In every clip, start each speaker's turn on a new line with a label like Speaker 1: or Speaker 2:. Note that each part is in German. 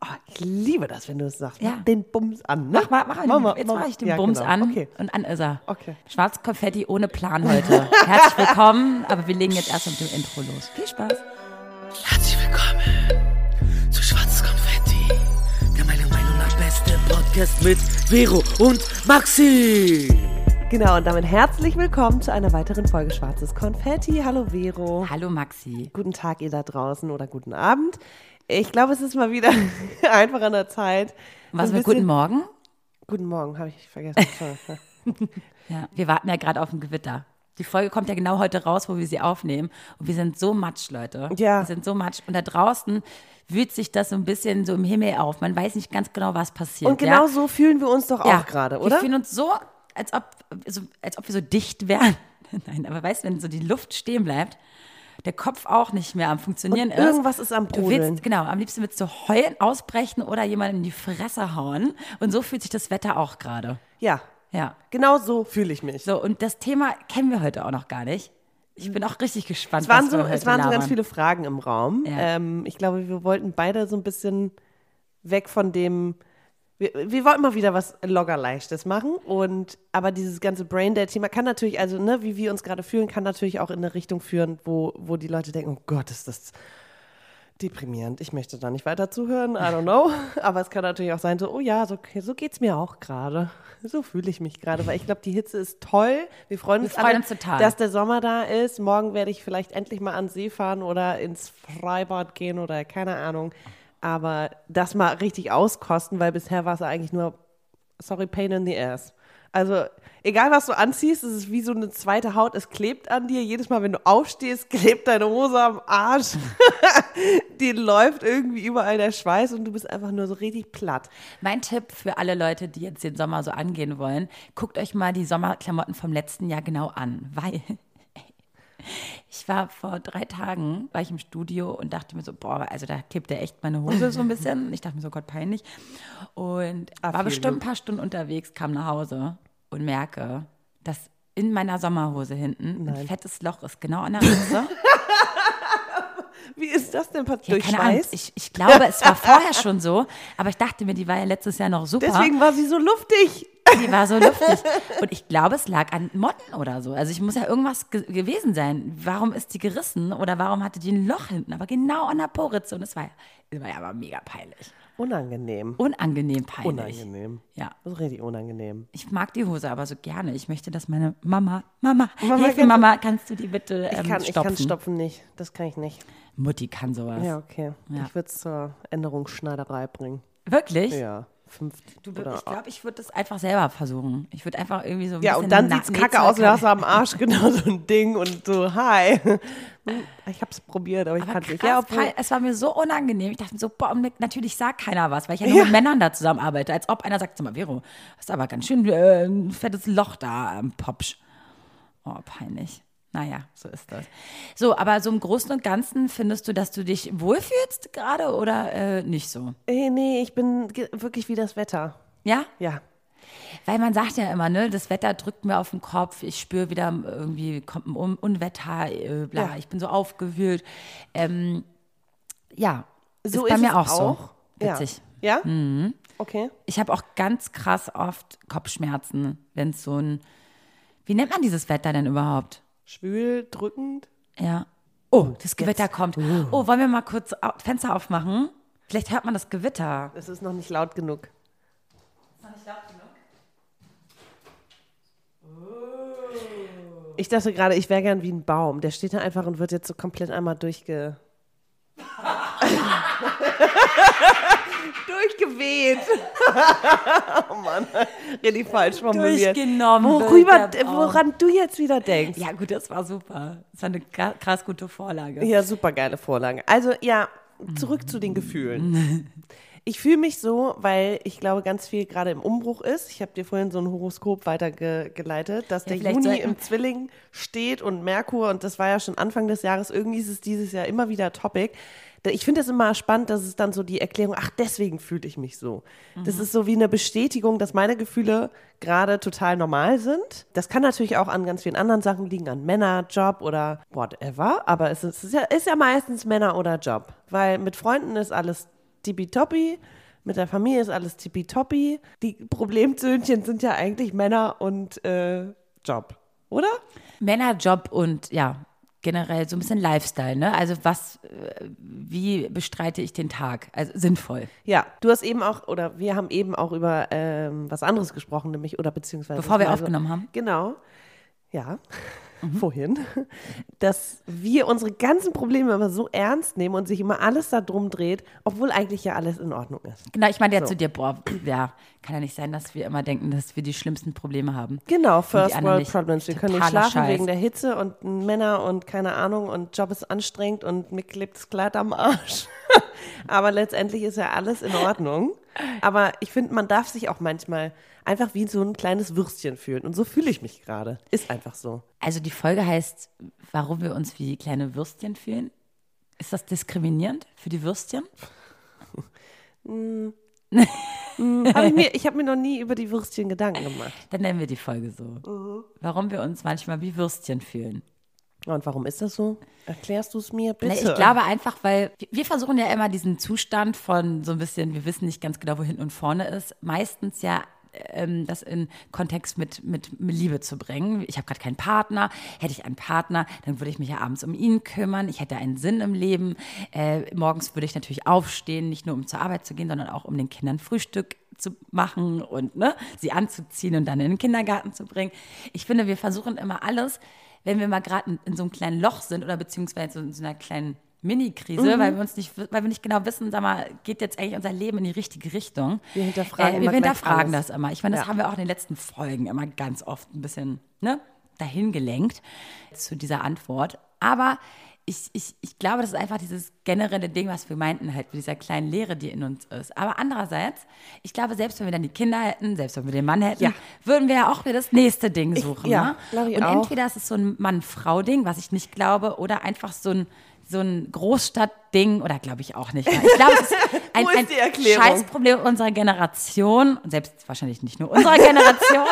Speaker 1: Ah, liebe das, wenn du es sagst.
Speaker 2: Ja.
Speaker 1: Mach den Bums an. Ne?
Speaker 2: Mach mal, mach mal, den- jetzt mache ich den
Speaker 1: Ja,
Speaker 2: Bums
Speaker 1: genau.
Speaker 2: an
Speaker 1: Okay.
Speaker 2: und an ist er.
Speaker 1: Okay.
Speaker 2: Schwarzkonfetti ohne Plan heute. Herzlich willkommen, aber wir legen jetzt erst mit dem Intro los. Viel Spaß.
Speaker 3: Herzlich willkommen zu Schwarzes Konfetti, der meiner Meinung nach beste Podcast mit Vero und Maxi.
Speaker 1: Genau, und damit herzlich willkommen zu einer weiteren Folge Schwarzes Konfetti. Hallo Vero.
Speaker 2: Hallo Maxi.
Speaker 1: Guten Tag, ihr da draußen oder guten Abend. Ich glaube, es ist mal wieder einfach an der Zeit.
Speaker 2: Was
Speaker 1: So ein
Speaker 2: mit guten
Speaker 1: bisschen-
Speaker 2: Morgen?
Speaker 1: Guten Morgen, habe ich vergessen. Sorry.
Speaker 2: Ja, wir warten ja gerade auf ein Gewitter. Die Folge kommt ja genau heute raus, wo wir sie aufnehmen. Und wir sind so matsch, Leute.
Speaker 1: Ja.
Speaker 2: Wir sind so matsch. Und da draußen wühlt sich das so ein bisschen so im Himmel auf. Man weiß nicht ganz genau, was passiert.
Speaker 1: und genau
Speaker 2: ja?
Speaker 1: so fühlen wir uns doch auch
Speaker 2: ja.
Speaker 1: gerade,
Speaker 2: Wir
Speaker 1: oder?
Speaker 2: fühlen uns so, als ob, so, als ob wir so dicht wären. Nein, aber weißt du, wenn so die Luft stehen bleibt, der Kopf auch nicht mehr am Funktionieren
Speaker 1: Und
Speaker 2: ist.
Speaker 1: irgendwas ist am
Speaker 2: Du
Speaker 1: Brodeln.
Speaker 2: willst, genau, am liebsten willst du heulen, ausbrechen oder jemanden in die Fresse hauen. Und so fühlt sich das Wetter auch gerade.
Speaker 1: Ja,
Speaker 2: Ja.
Speaker 1: genau so fühle ich mich.
Speaker 2: So, und das Thema kennen wir heute auch noch gar nicht. Ich bin auch richtig gespannt.
Speaker 1: Hm. Es waren,
Speaker 2: was
Speaker 1: so,
Speaker 2: wir heute
Speaker 1: es waren so ganz
Speaker 2: labern.
Speaker 1: viele Fragen im Raum.
Speaker 2: Ja.
Speaker 1: Ähm, ich glaube, wir wollten beide so ein bisschen weg von dem. Wir, wir wollten mal wieder was Loggerleichtes machen. Und aber dieses ganze Braindead-Thema kann natürlich, also ne, wie wir uns gerade fühlen, kann natürlich auch in eine Richtung führen, wo, wo die Leute denken, oh Gott, ist das deprimierend. Ich möchte da nicht weiter zuhören. I don't know. Aber es kann natürlich auch sein, so, oh ja, so, so geht's mir auch gerade. So fühle ich mich gerade, weil ich glaube, die Hitze ist toll. Wir freuen uns,
Speaker 2: freuen
Speaker 1: alle,
Speaker 2: uns total.
Speaker 1: dass der Sommer da ist. Morgen werde ich vielleicht endlich mal an den See fahren oder ins Freibad gehen oder keine Ahnung. Aber das mal richtig auskosten, weil bisher war es eigentlich nur, sorry, pain in the ass. Also, egal was du anziehst, es ist wie so eine zweite Haut. Es klebt an dir. Jedes Mal, wenn du aufstehst, klebt deine Hose am Arsch die läuft irgendwie überall der Schweiß und du bist einfach nur so richtig platt.
Speaker 2: Mein Tipp für alle Leute, die jetzt den Sommer so angehen wollen, guckt euch mal die Sommerklamotten vom letzten Jahr genau an, weil ich war vor drei Tagen, war ich im Studio und dachte mir so, boah, also da klebt ja echt meine Hose so ein bisschen. Ich dachte mir so, Gott, peinlich. Und
Speaker 1: Ah,
Speaker 2: war
Speaker 1: viel
Speaker 2: bestimmt ein paar Stunden unterwegs, kam nach Hause und merke, dass in meiner Sommerhose hinten ein fettes Loch ist, genau an der Hose.
Speaker 1: Wie ist das denn passiert?
Speaker 2: Ja,
Speaker 1: Durch
Speaker 2: keine Ahnung.
Speaker 1: Schweiß?
Speaker 2: Ich, ich glaube, es war vorher schon so, aber ich dachte mir, die war ja letztes Jahr noch super.
Speaker 1: Deswegen war sie so luftig.
Speaker 2: Die war so luftig. Und ich glaube, es lag an Motten oder so. Also ich muss ja irgendwas ge gewesen sein. Warum ist die gerissen oder warum hatte die ein Loch hinten? Aber genau an der Poritze. Und es war, es war ja aber mega peinlich.
Speaker 1: Unangenehm.
Speaker 2: Unangenehm peinlich.
Speaker 1: Unangenehm.
Speaker 2: Ja.
Speaker 1: Das ist richtig unangenehm.
Speaker 2: Ich mag die Hose aber so gerne. Ich möchte, dass meine Mama, Mama,
Speaker 1: Mama,
Speaker 2: Mama,
Speaker 1: kannst du-
Speaker 2: Mama, kannst du die bitte
Speaker 1: Ich
Speaker 2: ähm,
Speaker 1: kann, ich
Speaker 2: stopfen?
Speaker 1: kann stopfen nicht. Das kann ich nicht.
Speaker 2: Mutti kann sowas.
Speaker 1: Ja, okay.
Speaker 2: Ja.
Speaker 1: Ich würde es zur Änderungsschneiderei bringen.
Speaker 2: Wirklich?
Speaker 1: Ja. Fünf
Speaker 2: Du,
Speaker 1: oder
Speaker 2: ich glaube, ich würde das einfach selber versuchen. Ich würde einfach irgendwie so ein
Speaker 1: ja,
Speaker 2: bisschen
Speaker 1: und dann
Speaker 2: na-
Speaker 1: sieht's
Speaker 2: nähen
Speaker 1: kacke
Speaker 2: zur
Speaker 1: aus,
Speaker 2: Kamera.
Speaker 1: hast du am Arsch genau so ein Ding und so, hi. Hm, Ich hab's probiert, aber ich
Speaker 2: Aber
Speaker 1: kann's nicht.
Speaker 2: krass,
Speaker 1: Ja,
Speaker 2: Paul,
Speaker 1: obwohl,
Speaker 2: es war mir so unangenehm. Ich dachte mir so, boah, und natürlich sagt keiner was, weil ich ja nur mit Männern da zusammenarbeite. Als ob einer sagt, sag mal, Vero, hast aber ganz schön äh, ein fettes Loch da am Popsch. Oh, peinlich. Naja, so ist das. So, aber so im Großen und Ganzen findest du, dass du dich wohlfühlst gerade oder äh, nicht so?
Speaker 1: Ey, nee, ich bin ge- wirklich wie das Wetter.
Speaker 2: Ja?
Speaker 1: Ja.
Speaker 2: Weil man sagt ja immer, ne, das Wetter drückt mir auf den Kopf, ich spüre wieder ähm, irgendwie, kommt ein Un Unwetter, äh, bla,
Speaker 1: Ja.
Speaker 2: ich bin so aufgewühlt. Ähm, ja,
Speaker 1: So
Speaker 2: ist bei
Speaker 1: ist
Speaker 2: mir
Speaker 1: es
Speaker 2: auch,
Speaker 1: auch.
Speaker 2: so. Witzig.
Speaker 1: Ja? Okay.
Speaker 2: Ich habe auch ganz krass oft Kopfschmerzen, wenn es so ein, wie nennt man dieses Wetter denn überhaupt?
Speaker 1: Schwül, drückend.
Speaker 2: Ja. Oh, das Gewitter kommt. Oh, wollen wir mal kurz au- Fenster aufmachen? Vielleicht hört man das Gewitter.
Speaker 1: Es ist noch nicht laut genug. Ich dachte gerade, ich wäre gern wie ein Baum. Der steht da einfach und wird jetzt so komplett einmal durchge. Durchgeweht. oh Mann, richtig falsch formuliert.
Speaker 2: Durchgenommen wird
Speaker 1: Worüber,
Speaker 2: der Baum.
Speaker 1: woran du jetzt wieder denkst.
Speaker 2: Ja, gut, das war super. Das war eine gra- krass gute Vorlage.
Speaker 1: Ja, super geile Vorlage. Also ja, zurück zu den Gefühlen. Ich fühle mich so, weil ich glaube, ganz viel gerade im Umbruch ist. Ich habe dir vorhin so ein Horoskop weitergeleitet, dass der
Speaker 2: vielleicht
Speaker 1: Juni
Speaker 2: sollten-
Speaker 1: im Zwilling steht und Merkur und das war ja schon Anfang des Jahres. Irgendwie ist es dieses Jahr immer wieder Topic. Da- Ich finde das immer spannend, dass es dann so die Erklärung, ach, deswegen fühle ich mich so.
Speaker 2: Mhm.
Speaker 1: Das ist so wie eine Bestätigung, dass meine Gefühle gerade total normal sind. Das kann natürlich auch an ganz vielen anderen Sachen liegen, an Männer, Job oder whatever. Aber es ist, es ist, ja, ist ja meistens Männer oder Job, weil mit Freunden ist alles tippitoppi. mit der Familie ist alles tippitoppi. Die Problemzöhnchen sind ja eigentlich Männer und äh, Job, oder?
Speaker 2: Männerjob und ja, generell so ein bisschen Lifestyle, ne? Also was, äh, wie bestreite ich den Tag? Also sinnvoll.
Speaker 1: Ja, du hast eben auch, oder wir haben eben auch über ähm, was anderes gesprochen, nämlich, oder beziehungsweise.
Speaker 2: Bevor wir
Speaker 1: also-
Speaker 2: aufgenommen haben. Mhm.
Speaker 1: Genau. Ja. Vorhin. Dass wir unsere ganzen Probleme immer so ernst nehmen und sich immer alles da drum dreht, obwohl eigentlich ja alles in Ordnung ist.
Speaker 2: Genau, ich meine ja zu dir, boah, ja, kann ja nicht sein, dass wir immer denken, dass wir die schlimmsten Probleme haben.
Speaker 1: Genau,
Speaker 2: die
Speaker 1: First
Speaker 2: anderen
Speaker 1: World
Speaker 2: nicht.
Speaker 1: Problems. Wir können nicht
Speaker 2: Totaler
Speaker 1: schlafen
Speaker 2: Scheiß.
Speaker 1: wegen der Hitze und Männer und keine Ahnung und Job ist anstrengend und mir klebt es glatt am Arsch. Aber letztendlich ist ja alles in Ordnung. Aber ich finde, man darf sich auch manchmal einfach wie so ein kleines Würstchen fühlen. Und so fühle ich mich gerade. Ist einfach so.
Speaker 2: Also die Folge heißt, warum wir uns wie kleine Würstchen fühlen. Ist das diskriminierend für die Würstchen?
Speaker 1: Hab ich mir- ich habe mir noch nie über die Würstchen Gedanken gemacht.
Speaker 2: Dann nennen wir die Folge so. Warum wir uns manchmal wie Würstchen fühlen.
Speaker 1: Ja, Und warum ist das so? Erklärst du es mir bitte?
Speaker 2: Ne, Ich glaube einfach, weil wir versuchen ja immer diesen Zustand von so ein bisschen, wir wissen nicht ganz genau, wo hinten und vorne ist, meistens ja ähm, das in Kontext mit, mit mit Liebe zu bringen. Ich habe gerade keinen Partner. Hätte ich einen Partner, dann würde ich mich ja abends um ihn kümmern. Ich hätte einen Sinn im Leben. Äh, morgens würde ich natürlich aufstehen, nicht nur um zur Arbeit zu gehen, sondern auch um den Kindern Frühstück zu machen und ne, sie anzuziehen und dann in den Kindergarten zu bringen. Ich finde, wir versuchen immer alles, wenn wir mal gerade in, in so einem kleinen Loch sind oder beziehungsweise in so einer kleinen
Speaker 1: Mhm.
Speaker 2: Mini-Krise, weil wir uns nicht, wi- weil wir nicht genau wissen, sag mal, geht jetzt eigentlich unser Leben in die richtige Richtung? Äh,
Speaker 1: Wir hinterfragen
Speaker 2: wir
Speaker 1: immer gleich
Speaker 2: hinterfragen
Speaker 1: alles.
Speaker 2: das immer. Ich meine, das
Speaker 1: Ja.
Speaker 2: haben wir auch in den letzten Folgen immer ganz oft ein bisschen ne, dahin gelenkt zu dieser Antwort. Aber ich, ich, ich glaube, das ist einfach dieses generelle Ding, was wir meinten, halt mit dieser kleinen Leere, die in uns ist. Aber andererseits, ich glaube, selbst wenn wir dann die Kinder hätten, selbst wenn wir den Mann hätten,
Speaker 1: Ja.
Speaker 2: würden wir ja auch wieder das nächste Ding suchen.
Speaker 1: ja,
Speaker 2: ne?
Speaker 1: glaub ich
Speaker 2: Und
Speaker 1: auch.
Speaker 2: entweder ist es so ein Mann-Frau-Ding, was ich nicht glaube, oder einfach so ein, so ein Großstadt-Ding, oder glaube ich auch nicht. Ich glaube, es ist ein,
Speaker 1: Wo ist
Speaker 2: ein
Speaker 1: die Erklärung?
Speaker 2: scheiß Problem unserer Generation, und selbst wahrscheinlich nicht nur unserer Generation.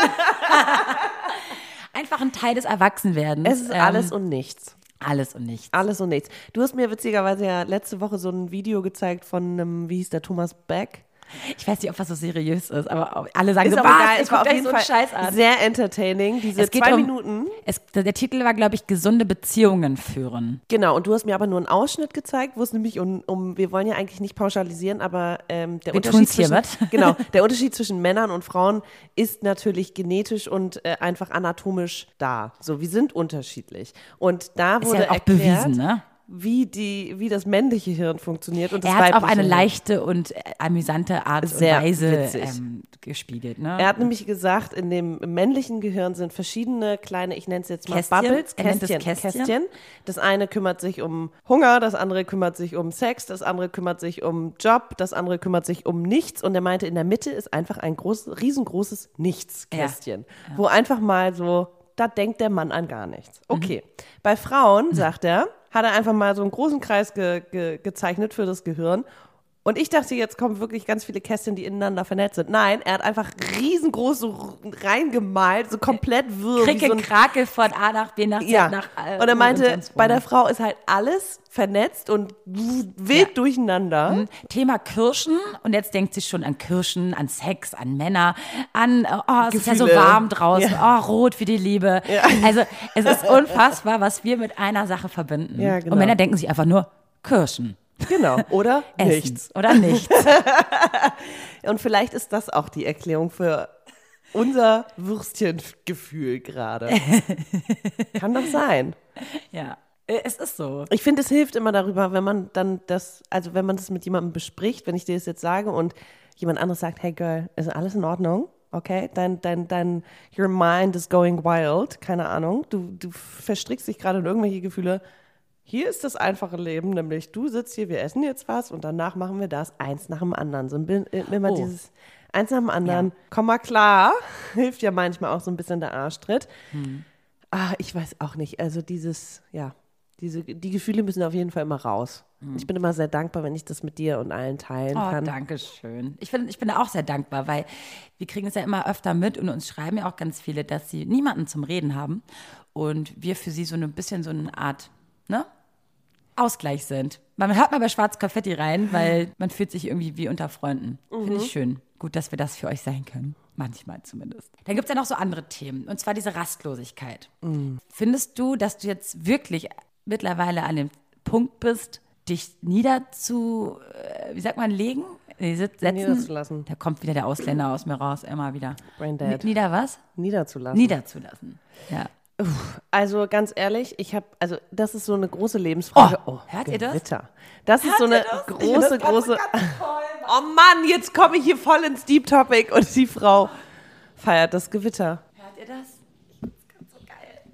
Speaker 2: Einfach ein Teil des Erwachsenwerdens.
Speaker 1: es ist
Speaker 2: ähm,
Speaker 1: alles Ah. und nichts.
Speaker 2: alles und nichts.
Speaker 1: Alles und nichts. Du hast mir witzigerweise ja letzte Woche so ein Video gezeigt von einem, wie hieß der, Thomas Beck.
Speaker 2: Ich weiß nicht, ob das so seriös ist, aber auch- alle sagen
Speaker 1: Ist
Speaker 2: so,
Speaker 1: aber
Speaker 2: was,
Speaker 1: egal,
Speaker 2: ihr
Speaker 1: es war
Speaker 2: guckt
Speaker 1: auf
Speaker 2: euch
Speaker 1: jeden
Speaker 2: so einen
Speaker 1: Fall
Speaker 2: Scheiß an. um
Speaker 1: sehr entertaining. Diese zwei Minuten.
Speaker 2: Es, der Titel war, glaube ich, gesunde Beziehungen führen.
Speaker 1: Genau, und du hast mir aber nur einen Ausschnitt gezeigt, wo es nämlich um, um wir wollen ja eigentlich nicht pauschalisieren, aber ähm, der
Speaker 2: Wir
Speaker 1: Unterschied
Speaker 2: tun's
Speaker 1: zwischen,
Speaker 2: hiermit.
Speaker 1: genau, der Unterschied zwischen Männern und Frauen ist natürlich genetisch und äh, einfach anatomisch da. So, wir sind unterschiedlich. Und da
Speaker 2: Ist
Speaker 1: wurde
Speaker 2: ja auch
Speaker 1: erklärt,
Speaker 2: bewiesen, ne?
Speaker 1: wie die, wie das männliche Hirn funktioniert und das
Speaker 2: Er hat auf
Speaker 1: weibliche
Speaker 2: eine
Speaker 1: Hirn.
Speaker 2: leichte und äh, amüsante Art
Speaker 1: Sehr
Speaker 2: und Weise
Speaker 1: witzig.
Speaker 2: ähm, gespiegelt. Ne?
Speaker 1: Er hat nämlich gesagt, in dem männlichen Gehirn sind verschiedene kleine, ich nenne es jetzt mal
Speaker 2: Kästchen?
Speaker 1: Bubbles,
Speaker 2: Er nennt es
Speaker 1: Kästchen,
Speaker 2: Kästchen?
Speaker 1: Das eine kümmert sich um Hunger, das andere kümmert sich um Sex, das andere kümmert sich um Job, das andere kümmert sich um nichts. Und er meinte, in der Mitte ist einfach ein großes, riesengroßes Nichts-Kästchen, wo einfach mal so, da denkt der Mann an gar nichts. Okay. Bei Frauen, sagt er, hat er einfach mal so einen großen Kreis ge ge gezeichnet für das Gehirn. Und ich dachte, jetzt kommen wirklich ganz viele Kästchen, die ineinander vernetzt sind. Nein, er hat einfach riesengroß so reingemalt, so komplett wirr. wie
Speaker 2: Kricke,
Speaker 1: so ein
Speaker 2: Krake von A nach B nach Z
Speaker 1: ja.
Speaker 2: nach äh,
Speaker 1: und er meinte,
Speaker 2: sonst wo.
Speaker 1: bei der Frau ist halt alles vernetzt und wild
Speaker 2: Ja. Mhm.
Speaker 1: durcheinander.
Speaker 2: Thema Kirschen und jetzt denkt sie schon an Kirschen, an Sex, an Männer, an äh, oh, es ist ja so
Speaker 1: Gefühle.
Speaker 2: warm draußen, oh, rot wie die Liebe. Also es ist unfassbar, was wir mit einer Sache verbinden.
Speaker 1: Ja, genau.
Speaker 2: Und Männer denken sich einfach nur Kirschen,
Speaker 1: Genau, oder?
Speaker 2: Essen
Speaker 1: Nichts.
Speaker 2: oder nichts.
Speaker 1: Und vielleicht ist das auch die Erklärung für unser Würstchengefühl gerade. Kann doch sein.
Speaker 2: ja, äh, es ist so.
Speaker 1: Ich finde, es hilft immer darüber, wenn man dann das, also wenn man das mit jemandem bespricht, wenn ich dir das jetzt sage und jemand anderes sagt, hey Girl, ist alles in Ordnung? Okay, dein, dein, dein, your mind is going wild, keine Ahnung, du, du verstrickst dich gerade in irgendwelche Gefühle. Hier ist das einfache Leben, nämlich du sitzt hier, wir essen jetzt was und danach machen wir das eins nach dem anderen. So ein bin- äh, immer
Speaker 2: Oh.
Speaker 1: dieses eins nach dem anderen, komm mal klar, hilft ja manchmal auch so ein bisschen der Arschtritt. Ah, ich weiß auch nicht. Also dieses, ja, diese, die Gefühle müssen auf jeden Fall immer raus. Ich bin immer sehr dankbar, wenn ich das mit dir und allen teilen
Speaker 2: Oh,
Speaker 1: kann.
Speaker 2: danke schön. Ich, find, ich bin da auch sehr dankbar, weil wir kriegen es ja immer öfter mit und uns schreiben ja auch ganz viele, dass sie niemanden zum Reden haben und wir für sie so ein bisschen so eine Art, ne? Ausgleich sind. Man hört mal bei Schwarz Konfetti rein, weil man fühlt sich irgendwie wie unter Freunden. Finde
Speaker 1: Mhm.
Speaker 2: ich schön. Gut, dass wir das für euch sein können. Manchmal zumindest. Dann gibt es ja noch so andere Themen. Und zwar diese Rastlosigkeit.
Speaker 1: Mhm.
Speaker 2: Findest du, dass du jetzt wirklich mittlerweile an dem Punkt bist, dich nieder zu, äh, wie sagt man, legen? Nee, sit- setzen?
Speaker 1: Niederzulassen.
Speaker 2: Da kommt wieder der Ausländer aus mir raus, immer wieder.
Speaker 1: Braindead.
Speaker 2: Ni- Nieder was?
Speaker 1: Niederzulassen.
Speaker 2: Niederzulassen. Ja.
Speaker 1: Also ganz ehrlich, ich habe, also das ist so eine große Lebensfrage.
Speaker 2: Oh, hört ihr das?
Speaker 1: Gewitter. Das ist so eine große, große. Oh Mann, jetzt komme ich hier voll ins Deep Topic und die Frau feiert das Gewitter.
Speaker 2: Hört ihr das? so geil.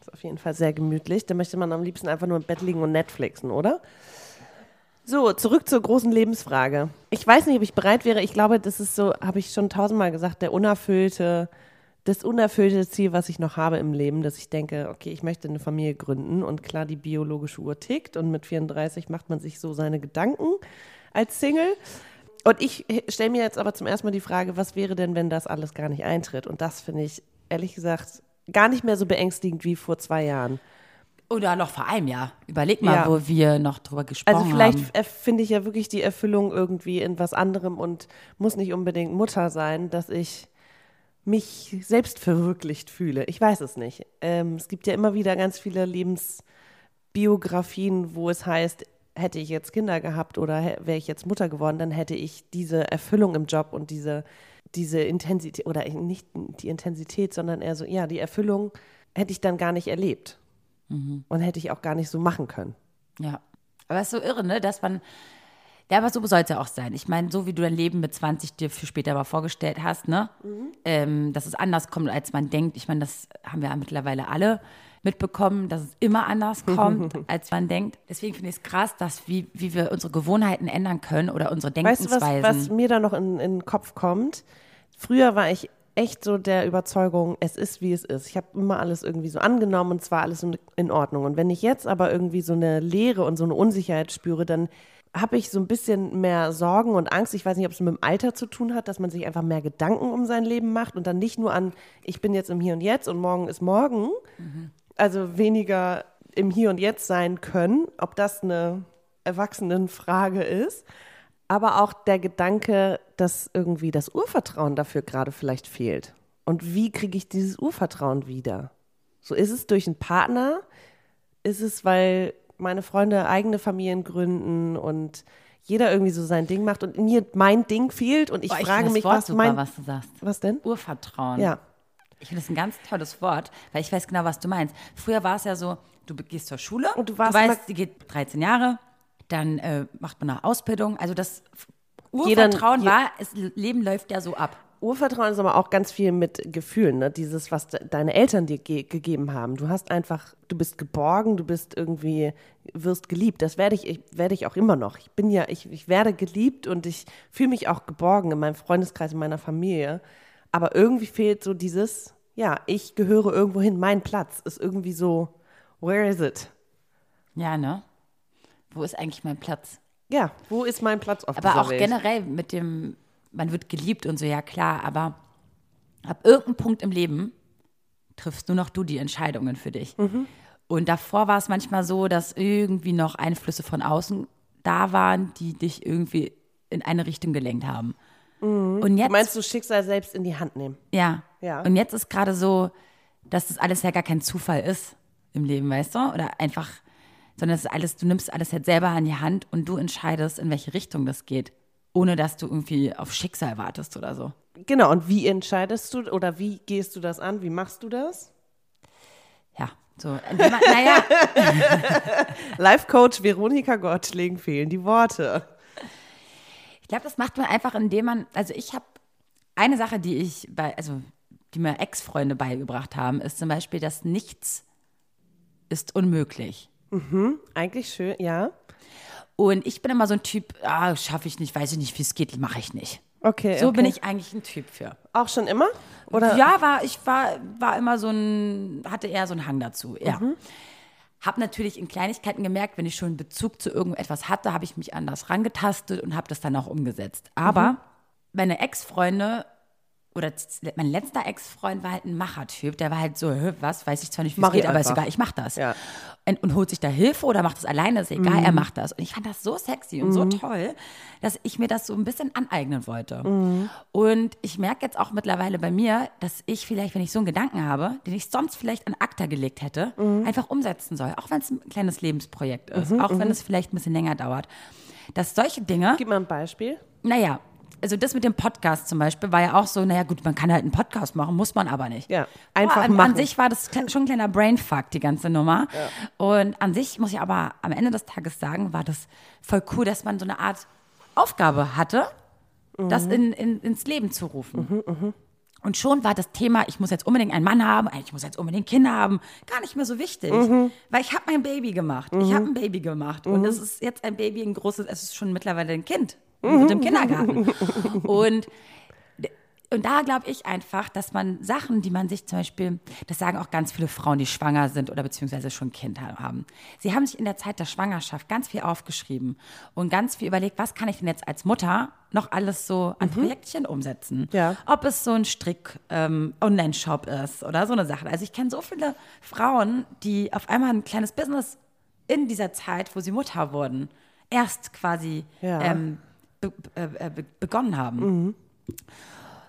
Speaker 1: Ist auf jeden Fall sehr gemütlich. Da möchte man am liebsten einfach nur im Bett liegen und Netflixen, oder? So, zurück zur großen Lebensfrage. Ich weiß nicht, ob ich bereit wäre. Ich glaube, das ist so, habe ich schon tausendmal gesagt, der unerfüllte, das unerfüllte Ziel, was ich noch habe im Leben, dass ich denke, okay, ich möchte eine Familie gründen und klar, die biologische Uhr tickt und mit 34 macht man sich so seine Gedanken als Single. Und ich stelle mir jetzt aber zum ersten Mal die Frage, was wäre denn, wenn das alles gar nicht eintritt? Und das finde ich, ehrlich gesagt, gar nicht mehr so beängstigend wie vor zwei Jahren.
Speaker 2: Oder noch vor einem Jahr. Überleg mal,
Speaker 1: Ja.
Speaker 2: wo wir noch drüber gesprochen
Speaker 1: Also vielleicht
Speaker 2: haben.
Speaker 1: erf- finde ich ja wirklich die Erfüllung irgendwie in was anderem und muss nicht unbedingt Mutter sein, dass ich mich selbst verwirklicht fühle. Ich weiß es nicht. Ähm, es gibt ja immer wieder ganz viele Lebensbiografien, wo es heißt, hätte ich jetzt Kinder gehabt oder hä- wäre ich jetzt Mutter geworden, dann hätte ich diese Erfüllung im Job und diese, diese Intensität, oder nicht die Intensität, sondern eher so, ja, die Erfüllung hätte ich dann gar nicht erlebt.
Speaker 2: Mhm.
Speaker 1: Und hätte ich auch gar nicht so machen können.
Speaker 2: Ja. Aber es ist so irre, ne? Dass man. Ja, aber so soll es ja auch sein. Ich meine, so wie du dein Leben mit 20 dir für später mal vorgestellt hast, ne?
Speaker 1: Mhm.
Speaker 2: Ähm, dass es anders kommt, als man denkt. Ich meine, das haben wir ja mittlerweile alle mitbekommen, dass es immer anders kommt, als man denkt. Deswegen finde ich es krass, dass wie, wie wir unsere Gewohnheiten ändern können oder unsere
Speaker 1: Weißt du,
Speaker 2: Denkensweisen.
Speaker 1: was, was mir da noch in, in den Kopf kommt? Früher war ich echt so der Überzeugung, es ist wie es ist. Ich habe immer alles irgendwie so angenommen und zwar alles in- in Ordnung. Und wenn ich jetzt aber irgendwie so eine Leere und so eine Unsicherheit spüre, dann habe ich so ein bisschen mehr Sorgen und Angst. Ich weiß nicht, ob es mit dem Alter zu tun hat, dass man sich einfach mehr Gedanken um sein Leben macht und dann nicht nur an, ich bin jetzt im Hier und Jetzt und morgen ist morgen, also weniger im Hier und Jetzt sein können, ob das eine Erwachsenenfrage ist, aber auch der Gedanke, dass irgendwie das Urvertrauen dafür gerade vielleicht fehlt. Und wie kriege ich dieses Urvertrauen wieder? So ist es durch einen Partner, ist es, weil meine Freunde eigene Familien gründen und jeder irgendwie so sein Ding macht und mir mein Ding fehlt und ich
Speaker 2: Boah,
Speaker 1: frage
Speaker 2: find das
Speaker 1: mich,
Speaker 2: Wort
Speaker 1: was
Speaker 2: super,
Speaker 1: mein
Speaker 2: was du sagst.
Speaker 1: was denn?
Speaker 2: Urvertrauen.
Speaker 1: Ja.
Speaker 2: Ich finde das ein ganz tolles Wort, weil ich weiß genau, was du meinst. Früher war es ja so, du be- gehst zur Schule
Speaker 1: Und du warst
Speaker 2: du
Speaker 1: immer-
Speaker 2: weißt, die geht 13 Jahre, dann äh, macht man eine Ausbildung. Also das F-
Speaker 1: Jeder-
Speaker 2: Urvertrauen
Speaker 1: je-
Speaker 2: war, das Leben läuft ja so ab.
Speaker 1: Urvertrauen ist aber auch ganz viel mit Gefühlen, ne? dieses, was de deine Eltern dir ge gegeben haben. Du hast einfach, du bist geborgen, du bist irgendwie, wirst geliebt. Das werde ich, ich werde ich auch immer noch. Ich bin ja, ich, ich werde geliebt und ich fühle mich auch geborgen in meinem Freundeskreis, in meiner Familie. Aber irgendwie fehlt so dieses, ja, ich gehöre irgendwo hin, mein Platz ist irgendwie so, where is it?
Speaker 2: Ja, ne? Wo ist eigentlich mein Platz?
Speaker 1: Ja, wo ist mein Platz auf
Speaker 2: Aber
Speaker 1: dieser
Speaker 2: auch
Speaker 1: Welt?
Speaker 2: generell mit dem, man wird geliebt und so, ja klar, aber ab irgendeinem Punkt im Leben triffst nur noch du die Entscheidungen für dich.
Speaker 1: Mhm.
Speaker 2: Und davor war es manchmal so, dass irgendwie noch Einflüsse von außen da waren, die dich irgendwie in eine Richtung gelenkt haben. Und jetzt,
Speaker 1: Meinst Mhm. du Schicksal selbst in die Hand nehmen?
Speaker 2: ja.
Speaker 1: Ja.
Speaker 2: Und jetzt ist gerade so, dass das alles ja gar kein Zufall ist im Leben, weißt du? Oder einfach, sondern es ist alles, du nimmst alles halt selber an die Hand und du entscheidest, in welche Richtung das geht. Ohne dass du irgendwie auf Schicksal wartest oder so.
Speaker 1: Genau, und wie entscheidest du oder wie gehst du das an? Wie machst du das?
Speaker 2: Ja, so. indem man- Naja,
Speaker 1: Life-Coach Veronika Gottschling fehlen die Worte.
Speaker 2: ich glaube, das macht man einfach, indem man, also ich habe eine Sache, die ich bei, also die mir Ex-Freunde beigebracht haben, ist zum Beispiel, dass nichts ist unmöglich.
Speaker 1: Eigentlich schön, ja.
Speaker 2: Und ich bin immer so ein Typ, ah, schaffe ich nicht, weiß ich nicht, wie es geht, mache ich nicht.
Speaker 1: Okay.
Speaker 2: So
Speaker 1: okay.
Speaker 2: bin ich eigentlich ein Typ für.
Speaker 1: Auch schon immer? Oder?
Speaker 2: Ja, war, ich war, war immer so ein, hatte eher so einen Hang dazu, ja.
Speaker 1: Mhm.
Speaker 2: Hab natürlich in Kleinigkeiten gemerkt, wenn ich schon Bezug zu irgendetwas hatte, habe ich mich
Speaker 1: Mhm.
Speaker 2: anders rangetastet und habe das dann auch umgesetzt. Aber meine Ex-Freunde oder z- mein letzter Ex-Freund war halt ein Machertyp, der war halt so, "Hä, was, weiß ich zwar nicht, wie
Speaker 1: Mach
Speaker 2: es geht,
Speaker 1: ich
Speaker 2: aber ist
Speaker 1: einfach."
Speaker 2: egal, ich mach das.
Speaker 1: Ja.
Speaker 2: Und, und holt sich da Hilfe oder macht das alleine, ist egal, er macht das. Und ich fand das so sexy und so toll, dass ich mir das so ein bisschen aneignen wollte. Und ich merke jetzt auch mittlerweile bei mir, dass ich vielleicht, wenn ich so einen Gedanken habe, den ich sonst vielleicht an ACTA gelegt hätte, einfach umsetzen soll. Auch wenn es ein kleines Lebensprojekt ist, auch wenn es vielleicht ein bisschen länger dauert. Dass solche Dinge
Speaker 1: Gib mal ein Beispiel.
Speaker 2: naja, also das mit dem Podcast zum Beispiel war ja auch so, naja gut, man kann halt einen Podcast machen, muss man aber nicht.
Speaker 1: Ja, einfach
Speaker 2: Boah, an,
Speaker 1: machen.
Speaker 2: An sich war das kle- schon ein kleiner Brainfuck, die ganze Nummer. Und an sich muss ich aber am Ende des Tages sagen, war das voll cool, dass man so eine Art Aufgabe hatte,
Speaker 1: Mhm.
Speaker 2: das in, in, ins Leben zu rufen. Und schon war das Thema, ich muss jetzt unbedingt einen Mann haben, ich muss jetzt unbedingt Kinder haben, gar nicht mehr so wichtig. Weil ich habe mein Baby gemacht. Ich habe ein Baby gemacht. Und es ist jetzt ein Baby, ein großes, es ist schon mittlerweile ein Kind mit dem Kindergarten. Und und da glaube ich einfach, dass man Sachen, die man sich zum Beispiel, das sagen auch ganz viele Frauen, die schwanger sind oder beziehungsweise schon ein Kind ha- haben. Sie haben sich in der Zeit der Schwangerschaft ganz viel aufgeschrieben und ganz viel überlegt, was kann ich denn jetzt als Mutter noch alles so an Projektchen umsetzen?
Speaker 1: Mhm. Ja.
Speaker 2: Ob es so ein Strick-Online-Shop ist oder so eine Sache. Also ich kenne so viele Frauen, die auf einmal ein kleines Business in dieser Zeit, wo sie Mutter wurden, erst quasi
Speaker 1: Ja.
Speaker 2: ähm, be äh, be begonnen haben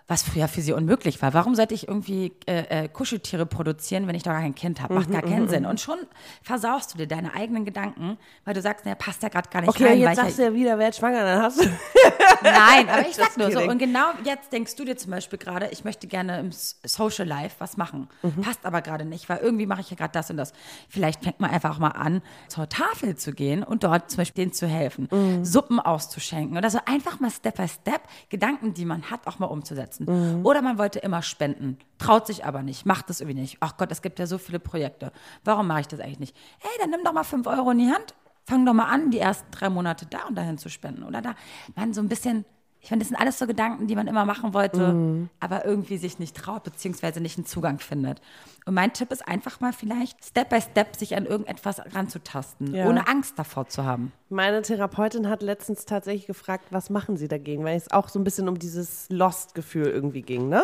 Speaker 2: was früher für sie unmöglich war. Warum sollte ich irgendwie äh, äh, Kuscheltiere produzieren, wenn ich doch gar kein Kind habe?
Speaker 1: Mhm,
Speaker 2: Macht gar keinen Sinn. Und schon versaust du dir deine eigenen Gedanken, weil du sagst, naja, passt ja gerade gar nicht
Speaker 1: Okay,
Speaker 2: rein. weil
Speaker 1: jetzt
Speaker 2: ich halt
Speaker 1: sagst du ja wieder, wer ist schwanger, dann hast du.
Speaker 2: Nein, aber ich sag nur so.
Speaker 1: kidding.
Speaker 2: Und genau jetzt denkst du dir zum Beispiel gerade, ich möchte gerne im S- Social Life was machen. Passt aber gerade nicht, weil irgendwie mache ich ja gerade das und das. Vielleicht fängt man einfach mal an, zur Tafel zu gehen und dort zum Beispiel denen zu helfen, Suppen auszuschenken oder so. Einfach mal Step by Step Gedanken, die man hat, auch mal umzusetzen. Oder man wollte immer spenden, traut sich aber nicht, macht es irgendwie nicht. Ach Gott, es gibt ja so viele Projekte. Warum mache ich das eigentlich nicht? Hey, dann nimm doch mal 5 Euro in die Hand fang doch mal an, die ersten drei Monate da und dahin zu spenden oder da. Man, so ein bisschen, ich meine, das sind alles so Gedanken, die man immer machen wollte,
Speaker 1: Mhm.
Speaker 2: aber irgendwie sich nicht traut, beziehungsweise nicht einen Zugang findet. Und mein Tipp ist einfach mal vielleicht Step by Step sich an irgendetwas ranzutasten,
Speaker 1: Ja.
Speaker 2: ohne Angst davor zu haben.
Speaker 1: Meine Therapeutin hat letztens tatsächlich gefragt, was machen Sie dagegen, weil es auch so ein bisschen um dieses Lost-Gefühl irgendwie ging, ne?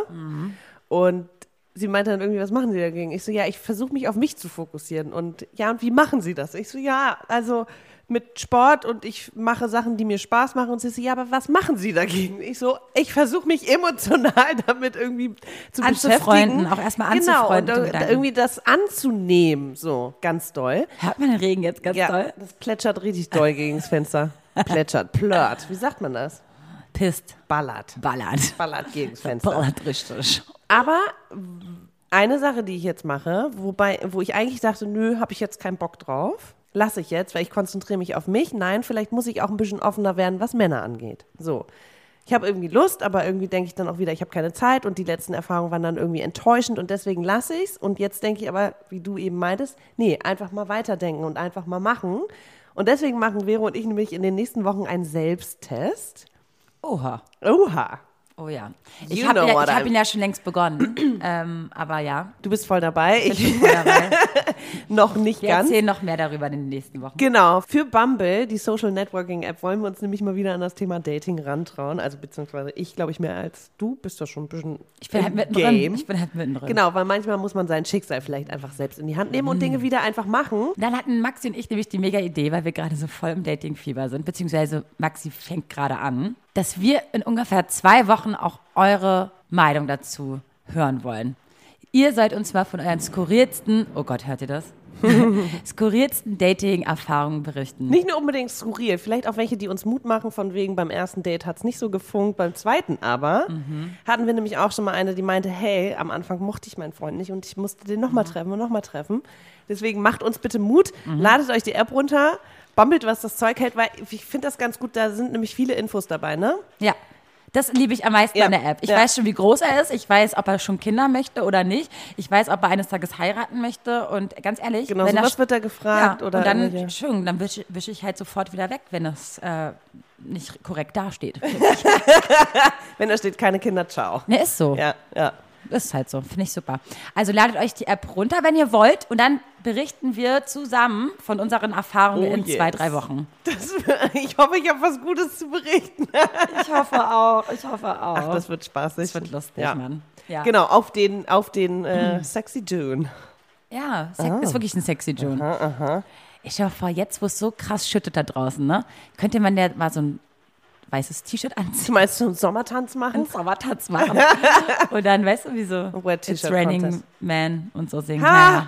Speaker 1: Und sie meinte dann irgendwie, was machen Sie dagegen? Ich so, ja, ich versuche mich auf mich zu fokussieren. Und ja, und wie machen Sie das? Ich so, ja, also mit Sport und ich mache Sachen, die mir Spaß machen. Und sie so, ja, aber was machen Sie dagegen? Ich so, ich versuche mich emotional damit irgendwie zu
Speaker 2: Anzufreunden,
Speaker 1: beschäftigen.
Speaker 2: auch erst mal
Speaker 1: Genau,
Speaker 2: anzufreunden, den
Speaker 1: und da-
Speaker 2: Gedanken.
Speaker 1: irgendwie das anzunehmen, so ganz doll.
Speaker 2: Hört man den Regen jetzt ganz doll?
Speaker 1: Das plätschert richtig doll gegen das Fenster. Plätschert, plört. Wie sagt man das?
Speaker 2: Pisst,
Speaker 1: Ballert.
Speaker 2: ballert.
Speaker 1: Ballert gegen das Fenster.
Speaker 2: Ballert richtig.
Speaker 1: Aber eine Sache, die ich jetzt mache, wobei, wo ich eigentlich dachte, nö, habe ich jetzt keinen Bock drauf, lasse ich jetzt, weil ich konzentriere mich auf mich. Nein, vielleicht muss ich auch ein bisschen offener werden, was Männer angeht. So. Ich habe irgendwie Lust, aber irgendwie denke ich dann auch wieder, ich habe keine Zeit und die letzten Erfahrungen waren dann irgendwie enttäuschend und deswegen lasse ich es. Und jetzt denke ich aber, wie du eben meintest, nee, einfach mal weiterdenken und einfach mal machen. Und deswegen machen Vero und ich nämlich in den nächsten Wochen einen Selbsttest.
Speaker 2: Oha.
Speaker 1: Oha,
Speaker 2: Oh ja. Ich
Speaker 1: You
Speaker 2: habe
Speaker 1: know
Speaker 2: ja,
Speaker 1: what
Speaker 2: ich hab
Speaker 1: I'm-
Speaker 2: ihn ja schon längst begonnen. ähm, aber ja,
Speaker 1: du bist voll dabei, ich
Speaker 2: voll dabei.
Speaker 1: noch nicht
Speaker 2: wir
Speaker 1: ganz.
Speaker 2: erzählen noch mehr darüber in den nächsten Wochen.
Speaker 1: Genau, für Bumble, die Social Networking App, wollen wir uns nämlich mal wieder an das Thema Dating rantrauen. Also beziehungsweise ich glaube ich mehr als du, bist da schon ein bisschen
Speaker 2: Ich bin
Speaker 1: im
Speaker 2: halt mittendrin.
Speaker 1: Game.
Speaker 2: Ich bin halt mittendrin.
Speaker 1: Genau, weil manchmal muss man sein Schicksal vielleicht einfach selbst in die Hand
Speaker 2: Mhm.
Speaker 1: nehmen und Dinge wieder einfach machen.
Speaker 2: Und Dann hatten Maxi und ich nämlich die mega Idee, weil wir gerade so voll im Dating-Fieber sind, beziehungsweise Maxi fängt gerade an, dass wir in ungefähr zwei Wochen auch eure Meinung dazu hören wollen. Ihr sollt uns mal von euren skurrilsten, oh Gott, hört ihr das? skurrilsten Dating-Erfahrungen berichten.
Speaker 1: Nicht nur unbedingt skurril, vielleicht auch welche, die uns Mut machen, von wegen beim ersten Date hat es nicht so gefunkt, beim zweiten aber
Speaker 2: Mhm.
Speaker 1: hatten wir nämlich auch schon mal eine, die meinte, hey, am Anfang mochte ich meinen Freund nicht und ich musste den
Speaker 2: Mhm.
Speaker 1: nochmal treffen und nochmal treffen. Deswegen macht uns bitte Mut, ladet euch die App runter, bummelt, was das Zeug hält, weil ich finde das ganz gut, da sind nämlich viele Infos dabei, ne?
Speaker 2: Ja. Das liebe ich am meisten
Speaker 1: Ja,
Speaker 2: an der App. Ich
Speaker 1: ja.
Speaker 2: weiß schon, wie groß er ist. Ich weiß, ob er schon Kinder möchte oder nicht. Ich weiß, ob er eines Tages heiraten möchte. Und ganz ehrlich,
Speaker 1: Genau,
Speaker 2: wenn er
Speaker 1: sowas wird da gefragt
Speaker 2: ja,
Speaker 1: oder
Speaker 2: und dann,
Speaker 1: irgendwelche-
Speaker 2: Entschuldigung, dann wische wisch ich halt sofort wieder weg, wenn es äh, nicht korrekt dasteht.
Speaker 1: Wenn da steht, keine Kinder, ciao.
Speaker 2: ne, ist so.
Speaker 1: Ja, ja.
Speaker 2: Ist halt so. Finde ich super. Also ladet euch die App runter, wenn ihr wollt. Und dann berichten wir zusammen von unseren Erfahrungen
Speaker 1: Oh
Speaker 2: in
Speaker 1: yes.
Speaker 2: zwei, drei Wochen.
Speaker 1: Das, ich hoffe, ich habe was Gutes zu berichten.
Speaker 2: Ich hoffe auch, ich hoffe auch.
Speaker 1: Ach, das wird spaßig.
Speaker 2: wird lustig,
Speaker 1: ja.
Speaker 2: Mann. Ja. Mhm.
Speaker 1: Genau, auf den, auf den äh, Sexy Dune.
Speaker 2: Ja, Sex
Speaker 1: Ah.
Speaker 2: ist wirklich ein sexy June. Ich stell mir vor, jetzt, wo es so krass schüttet da draußen, ne? Könnte man ja mal so ein weißes T-Shirt anziehen,
Speaker 1: Du meinst so einen Sommertanz machen?
Speaker 2: einen Sommertanz machen. und dann, weißt du, wie so
Speaker 1: Wet
Speaker 2: It's
Speaker 1: T-Shirt
Speaker 2: Raining
Speaker 1: Contest.
Speaker 2: Man und so singen.
Speaker 1: Ha!
Speaker 2: Naja.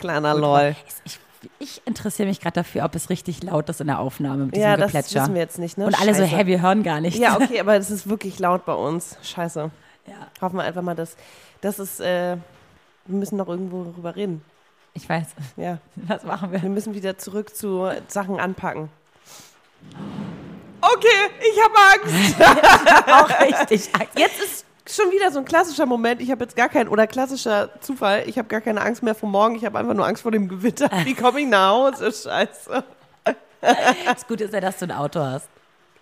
Speaker 1: Kleiner LOL.
Speaker 2: Ich, ich interessiere mich gerade dafür, ob es richtig laut ist in der Aufnahme mit diesem
Speaker 1: Ja, das
Speaker 2: Geplätscher.
Speaker 1: wissen wir jetzt nicht, ne?
Speaker 2: Und alle so,
Speaker 1: Scheiße.
Speaker 2: hey, wir hören gar nichts.
Speaker 1: Ja, okay, aber es ist wirklich laut bei uns. Scheiße.
Speaker 2: Ja.
Speaker 1: Hoffen wir einfach mal, dass das ist. Äh, wir müssen noch irgendwo drüber reden.
Speaker 2: Ich weiß,
Speaker 1: Ja,
Speaker 2: was machen
Speaker 1: wir
Speaker 2: wir?
Speaker 1: müssen wieder zurück zu Sachen anpacken. Okay, ich habe Angst.
Speaker 2: Auch richtig.
Speaker 1: Jetzt ist schon wieder so ein klassischer Moment. Ich habe jetzt gar keinen oder klassischer Zufall. Ich habe gar keine Angst mehr vor morgen. Ich habe einfach nur Angst vor dem Gewitter. Wie komme ich nach Hause? Scheiße.
Speaker 2: Das Gute ist ja, dass du ein Auto hast.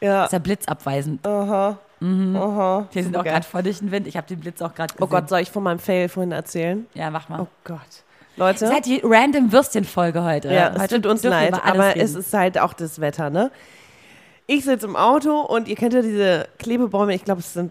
Speaker 1: Ja.
Speaker 2: Ist ja blitzabweisend. Mhm.
Speaker 1: Aha.
Speaker 2: Wir sind auch
Speaker 1: Okay.
Speaker 2: gerade voll durch den Wind. Ich habe den Blitz auch gerade gesehen.
Speaker 1: Oh Gott, soll ich von meinem Fail vorhin erzählen?
Speaker 2: Ja, mach mal.
Speaker 1: Oh Gott. Leute.
Speaker 2: Das ist halt die random Würstchen-Folge heute.
Speaker 1: Ja, es
Speaker 2: heute
Speaker 1: tut uns
Speaker 2: dürfen
Speaker 1: leid,
Speaker 2: wir über alles
Speaker 1: aber
Speaker 2: reden.
Speaker 1: es ist halt auch das Wetter, ne? Ich sitze im Auto und ihr kennt ja diese Klebebäume, ich glaube, es sind,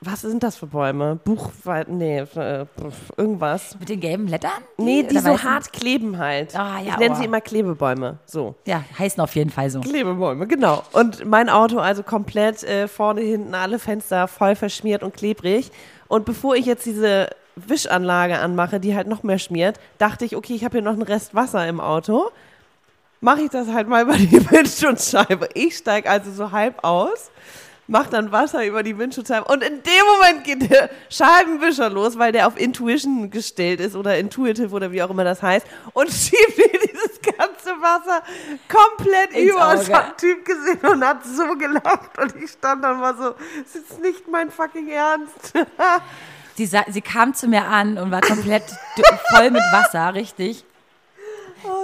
Speaker 1: was sind das für Bäume? Buchwald, nee, äh, pf, irgendwas.
Speaker 2: Mit den gelben Blättern?
Speaker 1: Nee, die
Speaker 2: oder
Speaker 1: so
Speaker 2: weißen?
Speaker 1: hart kleben halt.
Speaker 2: Ah, ja,
Speaker 1: ich nenne
Speaker 2: aua.
Speaker 1: sie immer Klebebäume, so.
Speaker 2: Ja, heißen auf jeden Fall so.
Speaker 1: Klebebäume, genau. Und mein Auto also komplett äh, vorne, hinten, alle Fenster voll verschmiert und klebrig. Und bevor ich jetzt diese Wischanlage anmache, die halt noch mehr schmiert, dachte ich, okay, ich habe hier noch einen Rest Wasser im Auto. Mache ich das halt mal über die Windschutzscheibe. Ich steige also so halb aus, mache dann Wasser über die Windschutzscheibe und in dem Moment geht der Scheibenwischer los, weil der auf Intuition gestellt ist oder Intuitive oder wie auch immer das heißt und schiebt mir dieses ganze Wasser komplett
Speaker 2: Ins
Speaker 1: über. Und
Speaker 2: Auge.
Speaker 1: ich hab Typ gesehen und hat so gelacht und ich stand dann mal so, es ist nicht mein fucking Ernst.
Speaker 2: Sie, sa- sie kam zu mir an und war komplett d- voll mit Wasser, richtig.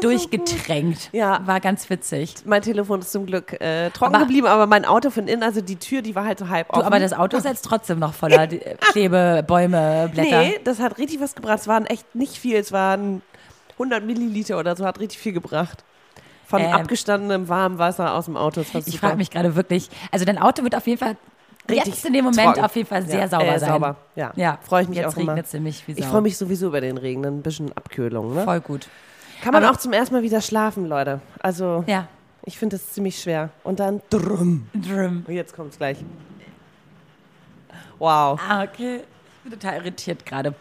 Speaker 2: durchgetränkt.
Speaker 1: Oh, Ja.
Speaker 2: War ganz witzig.
Speaker 1: Mein Telefon ist zum Glück äh, trocken
Speaker 2: Aber-
Speaker 1: geblieben, aber mein Auto von innen, also die Tür, die war halt so halb
Speaker 2: Du,
Speaker 1: offen.
Speaker 2: aber das Auto ist jetzt trotzdem noch voller die- äh, Klebe, Bäume, Blätter.
Speaker 1: nee, das hat richtig was gebracht. Es waren echt nicht viel, es waren 100 Milliliter oder so, hat richtig viel gebracht. Von
Speaker 2: Ähm.
Speaker 1: abgestandenem warmen Wasser aus dem Auto. Das war
Speaker 2: Ich
Speaker 1: super.
Speaker 2: frage mich gerade wirklich. Also dein Auto wird auf jeden Fall
Speaker 1: Richtig
Speaker 2: jetzt in dem Moment
Speaker 1: trocken.
Speaker 2: auf jeden Fall sehr
Speaker 1: Ja,
Speaker 2: sauber
Speaker 1: äh,
Speaker 2: sein.
Speaker 1: Sauber. Ja,
Speaker 2: Ja,
Speaker 1: freue ich mich
Speaker 2: jetzt
Speaker 1: auch immer.
Speaker 2: regnet es nämlich wie Sau.
Speaker 1: Ich freue mich sowieso über den Regen, dann ein bisschen Abkühlung. Ne?
Speaker 2: voll gut.
Speaker 1: Kann man
Speaker 2: Aber-
Speaker 1: auch zum ersten Mal wieder schlafen, Leute. Also
Speaker 2: Ja.
Speaker 1: Ich finde das ziemlich schwer. Und dann drum.
Speaker 2: Drum.
Speaker 1: Und jetzt kommt's gleich. Wow.
Speaker 2: Ah, okay. Ich bin total irritiert gerade.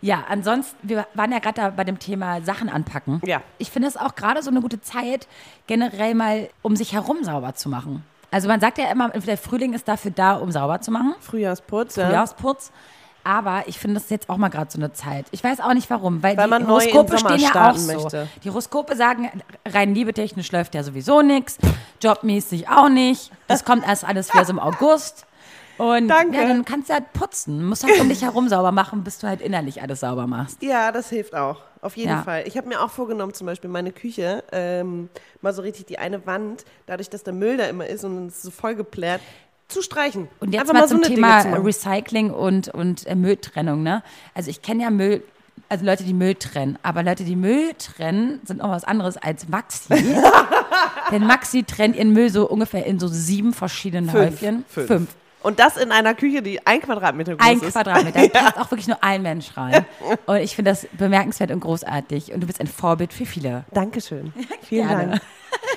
Speaker 2: Ja, ansonsten, wir waren ja gerade da bei dem Thema Sachen anpacken.
Speaker 1: Ja.
Speaker 2: Ich finde es auch gerade so eine gute Zeit, generell mal um sich herum sauber zu machen. Also man sagt ja immer, der Frühling ist dafür da, um sauber zu machen.
Speaker 1: Frühjahrsputz, ja.
Speaker 2: Frühjahrsputz. Aber ich finde das ist jetzt auch mal gerade so eine Zeit. Ich weiß auch nicht warum, weil,
Speaker 1: Weil
Speaker 2: die
Speaker 1: man neu in den
Speaker 2: Horoskope
Speaker 1: Sommer
Speaker 2: stehen ja auch
Speaker 1: starten
Speaker 2: so.
Speaker 1: möchte.
Speaker 2: Die Horoskope sagen, rein liebetechnisch läuft ja sowieso nichts, jobmäßig auch nicht. Das kommt erst alles wieder so im August. Und
Speaker 1: Danke.
Speaker 2: ja, dann kannst du halt putzen, musst halt um dich herum sauber machen, bis du halt innerlich alles sauber machst.
Speaker 1: Ja, das hilft auch. Auf jeden
Speaker 2: Ja.
Speaker 1: Fall. Ich habe mir auch vorgenommen, zum Beispiel meine Küche, ähm, mal so richtig die eine Wand, dadurch, dass der Müll da immer ist und es so vollgeplärt, zu streichen.
Speaker 2: Und jetzt
Speaker 1: Einfach
Speaker 2: mal,
Speaker 1: mal
Speaker 2: zum
Speaker 1: so eine
Speaker 2: Thema
Speaker 1: Dinge zu machen.
Speaker 2: Recycling und, und äh, Mülltrennung. Ne? Also ich kenne ja Müll, also Leute, die Müll trennen. Aber Leute, die Müll trennen, sind noch was anderes als Maxi. Denn Maxi trennt ihren Müll so ungefähr in so sieben verschiedenen Häufchen. Fünf.
Speaker 1: Und das in einer Küche, die ein Quadratmeter groß
Speaker 2: Ein
Speaker 1: ist.
Speaker 2: Quadratmeter. Da passt auch wirklich nur ein Mensch rein. Und ich finde das bemerkenswert und großartig. Und du bist ein Vorbild für viele.
Speaker 1: Dankeschön. Vielen
Speaker 2: Gerne.
Speaker 1: Dank.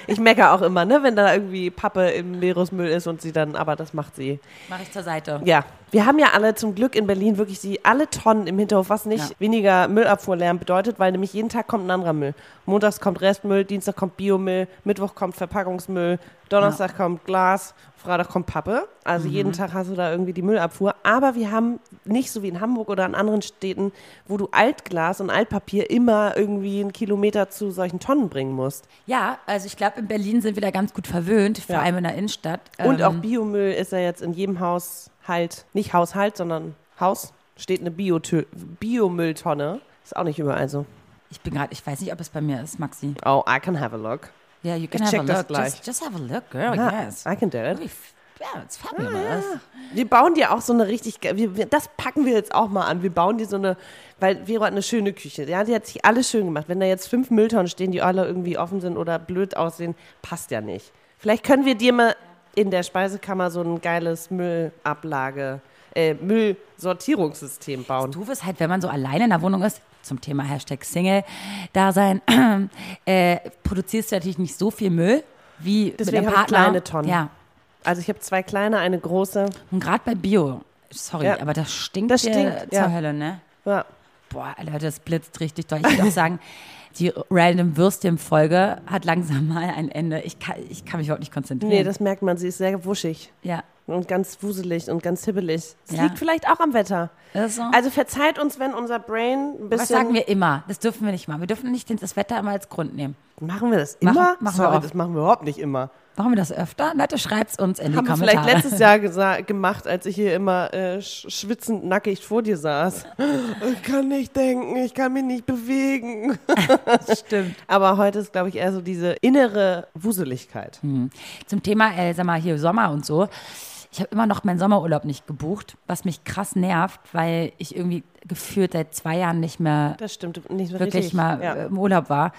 Speaker 1: Ich meckere auch immer, ne, wenn da irgendwie Pappe im Meeresmüll ist und sie dann, aber das macht sie.
Speaker 2: Mache ich zur Seite.
Speaker 1: Ja, wir haben ja alle zum Glück in Berlin wirklich die, alle Tonnen im Hinterhof, was nicht
Speaker 2: Ja.
Speaker 1: weniger Müllabfuhrlärm bedeutet, weil nämlich jeden Tag kommt ein anderer Müll. Montags kommt Restmüll, Dienstag kommt Biomüll, Mittwoch kommt Verpackungsmüll, Donnerstag kommt Glas, Freitag kommt Pappe. Also jeden Tag hast du da irgendwie die Müllabfuhr. Aber wir haben nicht so wie in Hamburg oder in anderen Städten, wo du Altglas und Altpapier immer irgendwie einen Kilometer zu solchen Tonnen bringen musst.
Speaker 2: Ja, also ich glaube, in Berlin sind wir da ganz gut verwöhnt, vor
Speaker 1: Ja.
Speaker 2: allem in der Innenstadt.
Speaker 1: Und
Speaker 2: Ähm,
Speaker 1: auch Biomüll ist ja jetzt in jedem Haushalt, nicht Haushalt, sondern Haus, steht eine Biotö- Biomülltonne. Ist auch nicht überall so.
Speaker 2: Ich bin gerade, ich weiß nicht, ob es bei mir ist, Maxi.
Speaker 1: Oh, I can have a look.
Speaker 2: Yeah, you
Speaker 1: Ich
Speaker 2: can have
Speaker 1: check
Speaker 2: a
Speaker 1: das
Speaker 2: look.
Speaker 1: gleich.
Speaker 2: Just, just have a look, girl.
Speaker 1: Ah,
Speaker 2: Yes.
Speaker 1: I can do it.
Speaker 2: Really f- ja,
Speaker 1: Ah,
Speaker 2: jetzt färben wir mal was.
Speaker 1: Wir bauen dir auch so eine richtig, ge- wir, wir, das packen wir jetzt auch mal an. Wir bauen dir so eine, weil Vero hat eine schöne Küche. Ja, die hat sich alles schön gemacht. Wenn da jetzt fünf Mülltonnen stehen, die alle irgendwie offen sind oder blöd aussehen, passt ja nicht. Vielleicht können wir dir mal in der Speisekammer so ein geiles Müllablage, äh, Müllsortierungssystem bauen.
Speaker 2: Doof ist halt, wenn man so alleine in der Wohnung ist, zum Thema Hashtag Single-Dasein, äh, produzierst du natürlich nicht so viel Müll wie
Speaker 1: Deswegen habe
Speaker 2: mit einem
Speaker 1: ich
Speaker 2: Partner.
Speaker 1: kleine Tonnen.
Speaker 2: Ja,
Speaker 1: Also ich habe zwei kleine, eine große.
Speaker 2: und gerade bei Bio, sorry,
Speaker 1: Ja.
Speaker 2: aber das stinkt,
Speaker 1: Das
Speaker 2: dir
Speaker 1: stinkt,
Speaker 2: zur
Speaker 1: ja.
Speaker 2: Hölle, ne?
Speaker 1: Ja.
Speaker 2: Boah, Leute, das blitzt richtig durch. Ich würde auch sagen, die Random Würstchen-Folge hat langsam mal ein Ende. Ich kann, ich kann mich überhaupt nicht konzentrieren.
Speaker 1: Nee, das merkt man, sie ist sehr wuschig
Speaker 2: ja.
Speaker 1: und ganz wuselig und ganz hibbelig. Das
Speaker 2: Ja.
Speaker 1: liegt vielleicht auch am Wetter.
Speaker 2: Das ist so.
Speaker 1: Also verzeiht uns, wenn unser Brain ein bisschen.
Speaker 2: Was sagen wir immer? Das dürfen wir nicht machen. Wir dürfen nicht das Wetter immer als Grund nehmen.
Speaker 1: Machen wir das immer?
Speaker 2: Machen- machen wir
Speaker 1: Sorry,
Speaker 2: auch.
Speaker 1: das machen wir überhaupt nicht immer.
Speaker 2: Machen wir das öfter? Leute, schreibt's uns in
Speaker 1: Haben
Speaker 2: die
Speaker 1: wir
Speaker 2: Kommentare.
Speaker 1: vielleicht letztes Jahr gesa- gemacht, als ich hier immer äh, sch- schwitzend nackig vor dir saß. Ich kann nicht denken, ich kann mich nicht bewegen.
Speaker 2: Stimmt.
Speaker 1: Aber heute ist, glaube ich, eher so diese innere Wuseligkeit.
Speaker 2: Hm. Zum Thema, äh, sag mal, hier Sommer und so. Ich habe immer noch meinen Sommerurlaub nicht gebucht, was mich krass nervt, weil ich irgendwie gefühlt seit zwei Jahren nicht mehr
Speaker 1: Das stimmt nicht so
Speaker 2: wirklich
Speaker 1: richtig.
Speaker 2: mal
Speaker 1: Ja.
Speaker 2: äh, im Urlaub war.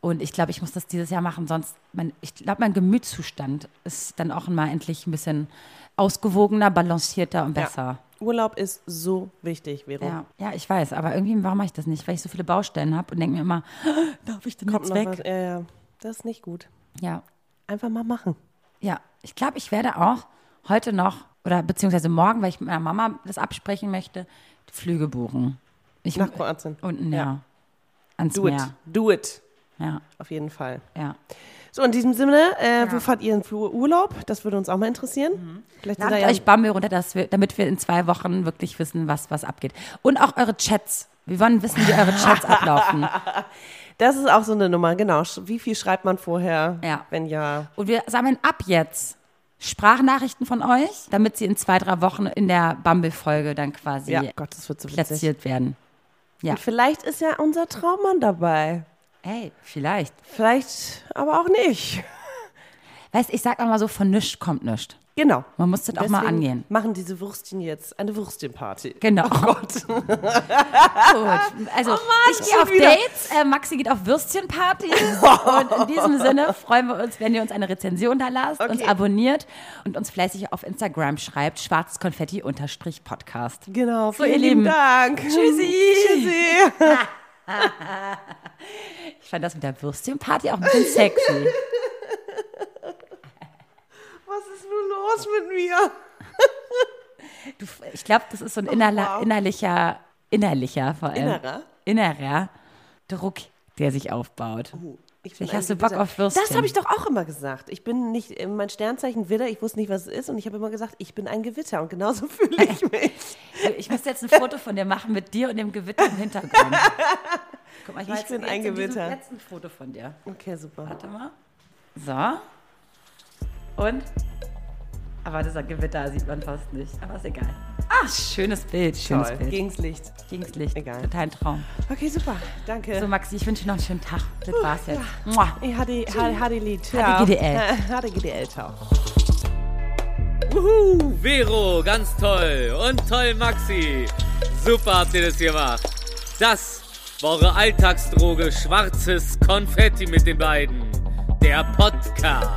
Speaker 2: Und ich glaube, ich muss das dieses Jahr machen, sonst, mein, ich glaube, mein Gemütszustand ist dann auch mal endlich ein bisschen ausgewogener, balancierter und
Speaker 1: Ja.
Speaker 2: besser.
Speaker 1: Urlaub ist so wichtig, Vero.
Speaker 2: Ja, ja ich weiß, aber irgendwie, warum mache ich das nicht? Weil ich so viele Baustellen habe und denke mir immer, darf ich denn
Speaker 1: Kommt
Speaker 2: jetzt
Speaker 1: noch
Speaker 2: weg?
Speaker 1: was? Ja, ja. Das ist nicht gut.
Speaker 2: Ja,
Speaker 1: Einfach mal machen.
Speaker 2: Ja, ich glaube, ich werde auch heute noch oder beziehungsweise morgen, weil ich mit meiner Mama das absprechen möchte, Flüge buchen. Ich
Speaker 1: Nach Kroatien.
Speaker 2: unten ja.
Speaker 1: Ja.
Speaker 2: Ans
Speaker 1: Do it.
Speaker 2: Meer.
Speaker 1: Do it.
Speaker 2: Ja,
Speaker 1: Auf jeden Fall.
Speaker 2: ja.
Speaker 1: So, in diesem Sinne, äh, wo
Speaker 2: Ja. Mhm.
Speaker 1: fahrt ihr in Flu- Urlaub? Das würde uns auch mal interessieren. Vielleicht sind da
Speaker 2: Ladet
Speaker 1: ja
Speaker 2: euch Bumble runter, dass wir, damit wir in zwei Wochen wirklich wissen, was, was abgeht. Und auch eure Chats. Wir wollen wissen, wie eure Chats ablaufen.
Speaker 1: Das ist auch so eine Nummer, genau. Sch- Wie viel schreibt man vorher?
Speaker 2: Ja.
Speaker 1: Wenn ja.
Speaker 2: Und wir sammeln ab jetzt Sprachnachrichten von euch, damit sie in zwei, drei Wochen in der Bumble-Folge dann quasi
Speaker 1: Ja, Gott, das wird so witzig.
Speaker 2: platziert werden. ja.
Speaker 1: Und vielleicht ist ja unser Traummann dabei.
Speaker 2: Hey, vielleicht.
Speaker 1: Vielleicht aber auch nicht.
Speaker 2: Weißt ich sag auch mal so, von nichts kommt nichts.
Speaker 1: Genau.
Speaker 2: Man muss das auch mal
Speaker 1: Deswegen
Speaker 2: angehen.
Speaker 1: Machen diese Würstchen jetzt eine Würstchenparty.
Speaker 2: Genau.
Speaker 1: Oh Gott. Oh
Speaker 2: Gut. Also, ich gehe
Speaker 1: schon
Speaker 2: auf
Speaker 1: wieder.
Speaker 2: Dates, äh, Maxi geht auf Würstchenpartys. und in diesem Sinne freuen wir uns, wenn ihr uns eine Rezension da lasst, uns abonniert und uns fleißig auf Instagram schreibt, schwarzkonfetti-podcast.
Speaker 1: Genau.
Speaker 2: So,
Speaker 1: vielen
Speaker 2: ihr
Speaker 1: lieben
Speaker 2: Lieben.
Speaker 1: Dank.
Speaker 2: Tschüssi.
Speaker 1: Tschüssi.
Speaker 2: Ich fand das mit der Würstchenparty auch ein bisschen sexy.
Speaker 1: Was ist nun los mit mir?
Speaker 2: Du, ich glaube, das ist so ein innerla-
Speaker 1: Oh, wow.
Speaker 2: innerlicher, innerlicher vor allem.
Speaker 1: Innerer?
Speaker 2: Innerer Druck, der sich aufbaut.
Speaker 1: Ich bin
Speaker 2: Vielleicht hast du
Speaker 1: eigentlich
Speaker 2: Bock
Speaker 1: Widder.
Speaker 2: auf Würstchen.
Speaker 1: Das habe ich doch auch immer gesagt. Ich bin nicht, äh, mein Sternzeichen Widder, ich wusste nicht, was es ist. Und ich habe immer gesagt, ich bin ein Gewitter. Und genauso fühle ich mich.
Speaker 2: Du, Ich muss jetzt ein Foto von dir machen mit dir und dem Gewitter im Hintergrund. Guck mal, ich, mach
Speaker 1: Ich
Speaker 2: jetzt-
Speaker 1: bin
Speaker 2: jetzt
Speaker 1: ein
Speaker 2: in diesem
Speaker 1: Gewitter.
Speaker 2: letzten Foto von dir.
Speaker 1: Okay, super.
Speaker 2: Warte mal. So. Und? Ah, Aber dieser Gewitter sieht man fast nicht. Aber ist egal. Ach, schönes Bild. Schönes
Speaker 1: Toll.
Speaker 2: Bild.
Speaker 1: Gegen's Licht.
Speaker 2: Gegen's Licht.
Speaker 1: Egal.
Speaker 2: Total ein Traum.
Speaker 1: Okay, super. Danke.
Speaker 2: So, Maxi, ich wünsche dir noch einen schönen Tag. Das war's jetzt. Mua.
Speaker 1: Ich hatte, hatte, hatte Lied.
Speaker 2: HDGDL.
Speaker 1: Hatte GDL. Ciao.
Speaker 3: Wuhu, Vero, ganz toll. Und toll, Maxi. Super habt ihr das gemacht. Das war eure Alltagsdroge schwarzes Konfetti mit den beiden. Der Podcast.